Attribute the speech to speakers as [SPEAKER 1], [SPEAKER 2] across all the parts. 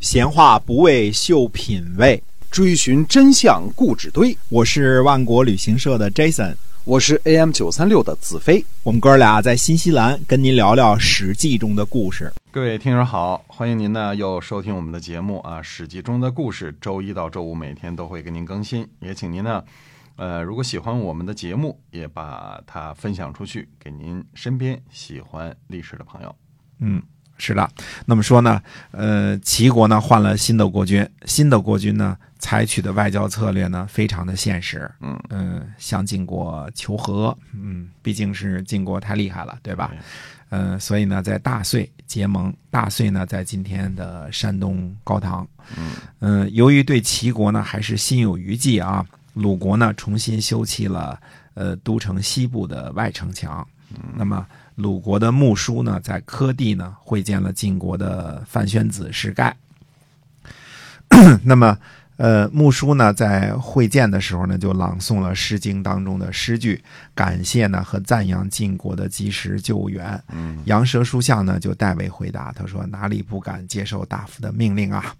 [SPEAKER 1] 闲话不为秀品味，
[SPEAKER 2] 追寻真相故纸堆。
[SPEAKER 1] 我是万国旅行社的 Jason，
[SPEAKER 2] 我是 AM 九三六的子飞。
[SPEAKER 1] 我们哥俩在新西兰跟您聊聊《史记》中的故事。
[SPEAKER 2] 各位听友好，欢迎您呢又收听我们的节目啊，《史记》中的故事，周一到周五每天都会给您更新，也请您呢，呃，如果喜欢我们的节目，也把它分享出去，给您身边喜欢历史的朋友。
[SPEAKER 1] 嗯，是的。那么说呢，呃，齐国呢换了新的国君，新的国君呢采取的外交策略呢非常的现实，
[SPEAKER 2] 嗯
[SPEAKER 1] 嗯、向晋国求和，嗯，毕竟是晋国太厉害了，对吧？
[SPEAKER 2] 哎
[SPEAKER 1] 嗯、所以呢，在大遂结盟，大遂呢在今天的山东高唐，
[SPEAKER 2] 嗯
[SPEAKER 1] 嗯，由于对齐国呢还是心有余悸啊，鲁国呢重新修砌了呃都城西部的外城墙。那么鲁国的穆叔呢，在柯地呢会见了晋国的范宣子石盖。 那么，呃，穆叔呢在会见的时候呢，就朗诵了《诗经》当中的诗句，感谢呢和赞扬晋国的及时救援。
[SPEAKER 2] 嗯
[SPEAKER 1] 杨蛇书相呢就代为回答，他说：“哪里不敢接受大夫的命令啊？”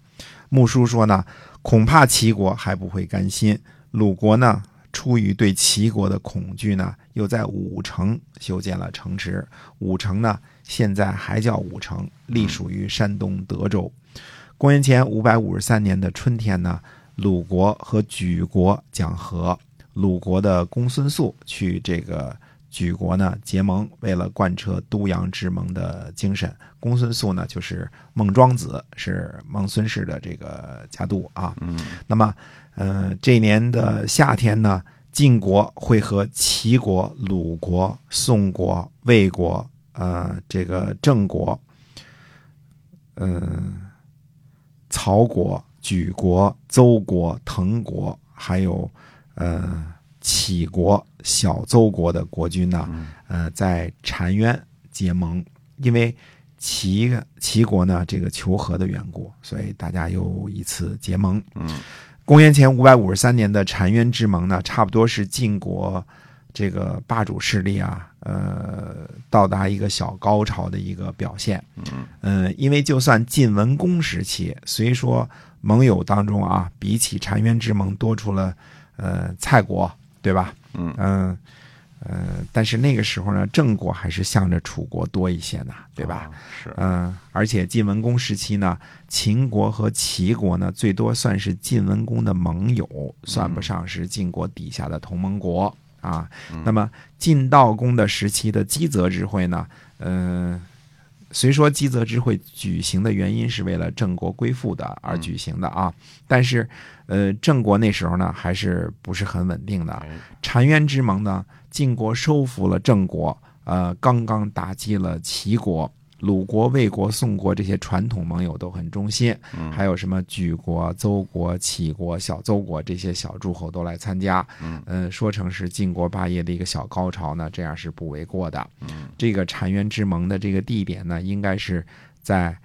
[SPEAKER 1] 穆叔说呢：“恐怕齐国还不会甘心，鲁国呢出于对齐国的恐惧呢，又在武城修建了城池。武城呢现在还叫武城，隶属于山东德州。公元前五百五十三年的春天呢，鲁国和莒国讲和，鲁国的公孙述去这个莒国呢结盟，为了贯彻都阳之盟的精神，公孙述呢就是孟庄子，是孟孙氏的这个家督啊。
[SPEAKER 2] 嗯
[SPEAKER 1] 那么，呃，这一年的夏天呢，晋国会和齐国、鲁国、宋国、魏国，呃，这个郑国，嗯、曹国、莒国、邹国、滕国，还有呃杞国、小邹国的国君呢，呃，在澶渊结盟，因为齐齐国呢这个求和的缘故，所以大家又一次结盟。
[SPEAKER 2] 嗯
[SPEAKER 1] 公元前五百五十三年的澶渊之盟呢，差不多是晋国这个霸主势力啊，呃，到达一个小高潮的一个表现。
[SPEAKER 2] 嗯
[SPEAKER 1] 嗯，因为就算晋文公时期，虽说盟友当中啊，比起澶渊之盟多出了呃蔡国，对吧？
[SPEAKER 2] 嗯
[SPEAKER 1] 嗯呃，但是那个时候呢，郑国还是向着楚国多一些呢， 对吧？？
[SPEAKER 2] 啊是，
[SPEAKER 1] 嗯，而且晋文公时期呢，秦国和齐国呢，最多算是晋文公的盟友，算不上是晋国底下的同盟国啊。那么晋悼公的时期的基泽之会呢，嗯、虽说基泽之会举行的原因是为了郑国归附的而举行的啊，但是，呃，郑国那时候呢还是不是很稳定的，
[SPEAKER 2] 哎
[SPEAKER 1] 澶渊之盟呢，晋国收复了郑国，呃，刚刚打击了齐国。鲁国、魏国、宋国这些传统盟友都很忠心，
[SPEAKER 2] 嗯
[SPEAKER 1] 还有什么莒国、邹国、杞国、小邹国这些小诸侯都来参加，
[SPEAKER 2] 嗯
[SPEAKER 1] 嗯、说成是晋国霸业的一个小高潮呢，这样是不为过的。
[SPEAKER 2] 嗯
[SPEAKER 1] 这个澶渊之盟的这个地点呢，应该是在，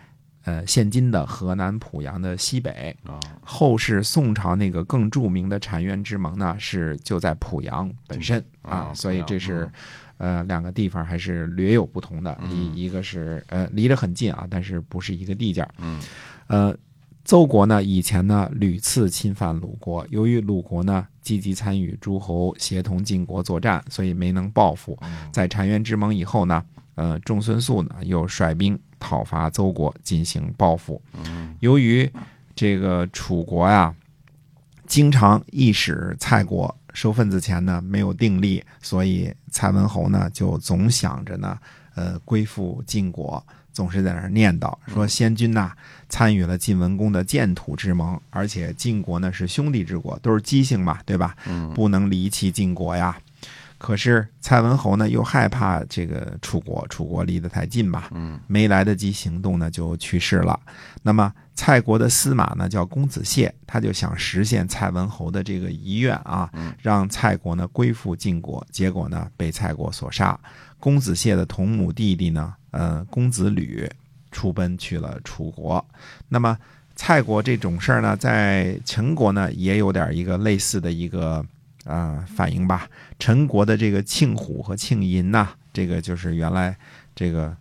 [SPEAKER 1] 呃，现今的河南濮阳的西北。
[SPEAKER 2] 啊，
[SPEAKER 1] 后世宋朝那个更著名的澶渊之盟呢，是就在濮阳本身啊
[SPEAKER 2] 啊，
[SPEAKER 1] 所以
[SPEAKER 2] 濮阳
[SPEAKER 1] 这是，呃，两个地方还是略有不同的。
[SPEAKER 2] 嗯
[SPEAKER 1] 一一个是呃离得很近啊，但是不是一个地界儿。
[SPEAKER 2] 嗯
[SPEAKER 1] 呃，邹国呢以前呢屡次侵犯鲁国，由于鲁国呢积极参与诸侯协同晋国作战，所以没能报复。
[SPEAKER 2] 嗯
[SPEAKER 1] 在澶渊之盟以后呢，呃，仲孙述呢又率兵讨伐邹国进行报复。
[SPEAKER 2] 嗯
[SPEAKER 1] 由于这个楚国呀、经常一使蔡国收份子钱呢没有定力，所以蔡文侯呢就总想着呢，呃，归附晋国，总是在那儿念叨说先君呐、参与了晋文公的建土之盟，而且晋国呢是兄弟之国，都是姬姓嘛，对吧？
[SPEAKER 2] 嗯
[SPEAKER 1] 不能离弃晋国呀。可是蔡文侯呢又害怕这个楚国，楚国离得太近嘛，
[SPEAKER 2] 嗯
[SPEAKER 1] 没来得及行动呢，就去世了。那么蔡国的司马呢叫公子燮，他就想实现蔡文侯的这个遗愿啊
[SPEAKER 2] 嗯，
[SPEAKER 1] 让蔡国呢归附晋国，结果呢被蔡国所杀。公子燮的同母弟弟呢，呃，公子吕出奔去了楚国。那么蔡国这种事儿呢，在陈国呢也有点一个类似的一个呃反应吧。陈国的这个庆虎和庆寅呐，这个就是原来这个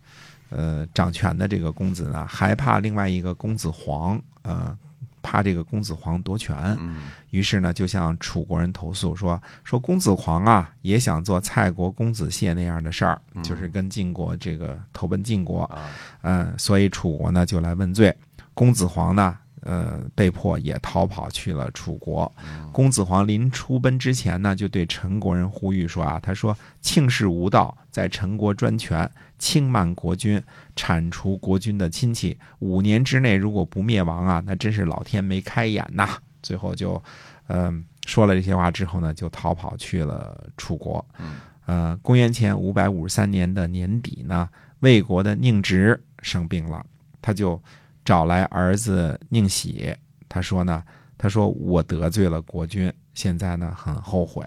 [SPEAKER 1] 呃掌权的这个公子呢，还怕另外一个公子黄，呃，怕这个公子黄夺权，
[SPEAKER 2] 嗯
[SPEAKER 1] 于是呢就向楚国人投诉说说公子黄啊也想做蔡国公子燮那样的事儿，
[SPEAKER 2] 嗯
[SPEAKER 1] 就是跟晋国这个投奔晋国，
[SPEAKER 2] 啊，
[SPEAKER 1] 嗯，所以楚国呢就来问罪，公子黄呢，呃，被迫也逃跑去了楚国。
[SPEAKER 2] 嗯
[SPEAKER 1] 公子黄临出奔之前呢，就对陈国人呼吁说啊，他说庆氏无道，在陈国专权，轻慢国君，铲除国君的亲戚，五年之内如果不灭亡啊，那真是老天没开眼呐。最后就，嗯、说了这些话之后呢，就逃跑去了楚国。
[SPEAKER 2] 嗯
[SPEAKER 1] 呃，公元前五百五十三年的年底呢，魏国的宁直生病了，他就找来儿子宁喜，他说呢，他说我得罪了国君，现在呢很后悔，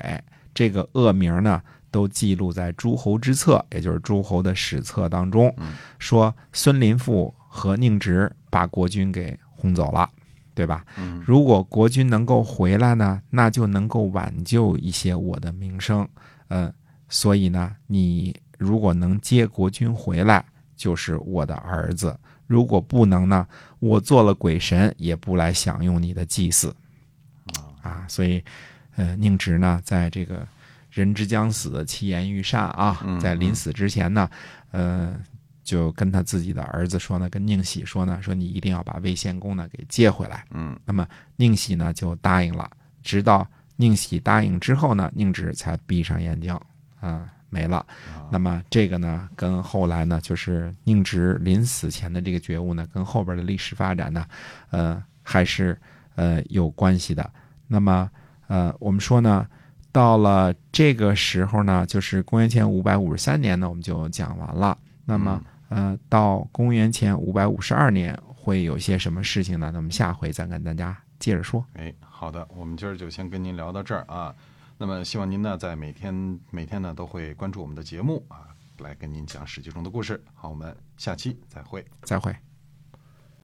[SPEAKER 1] 这个恶名呢都记录在诸侯之册，也就是诸侯的史册当中
[SPEAKER 2] 嗯，
[SPEAKER 1] 说孙林父和宁直把国君给轰走了，对吧？
[SPEAKER 2] 嗯
[SPEAKER 1] 如果国君能够回来呢，那就能够挽救一些我的名声。呃，所以呢，你如果能接国君回来，就是我的儿子；如果不能呢，我做了鬼神也不来享用你的祭祀。啊，所以，呃，宁直呢，在这个人之将死，其言欲善啊
[SPEAKER 2] 嗯，
[SPEAKER 1] 在临死之前呢，呃，就跟他自己的儿子说呢，跟宁喜说呢，说你一定要把魏献公呢给接回来。
[SPEAKER 2] 嗯
[SPEAKER 1] 宁喜呢就答应了，直到宁喜答应之后呢，宁直才闭上眼睛，啊、没了。那么这个呢，跟后来呢，就是宁直临死前的这个觉悟呢，跟后边的历史发展呢，呃，还是呃有关系的。那么呃，我们说呢，到了这个时候呢，就是公元前五百五十三年呢，我们就讲完了。那么、呃，到公元前五百五十二年会有些什么事情呢？那么下回再跟大家接着说。
[SPEAKER 2] 哎，好的，我们今儿就先跟您聊到这儿啊。那么希望您呢，在每天每天呢都会关注我们的节目啊，来跟您讲《史记》中的故事。好，我们下期再会。
[SPEAKER 1] 再会。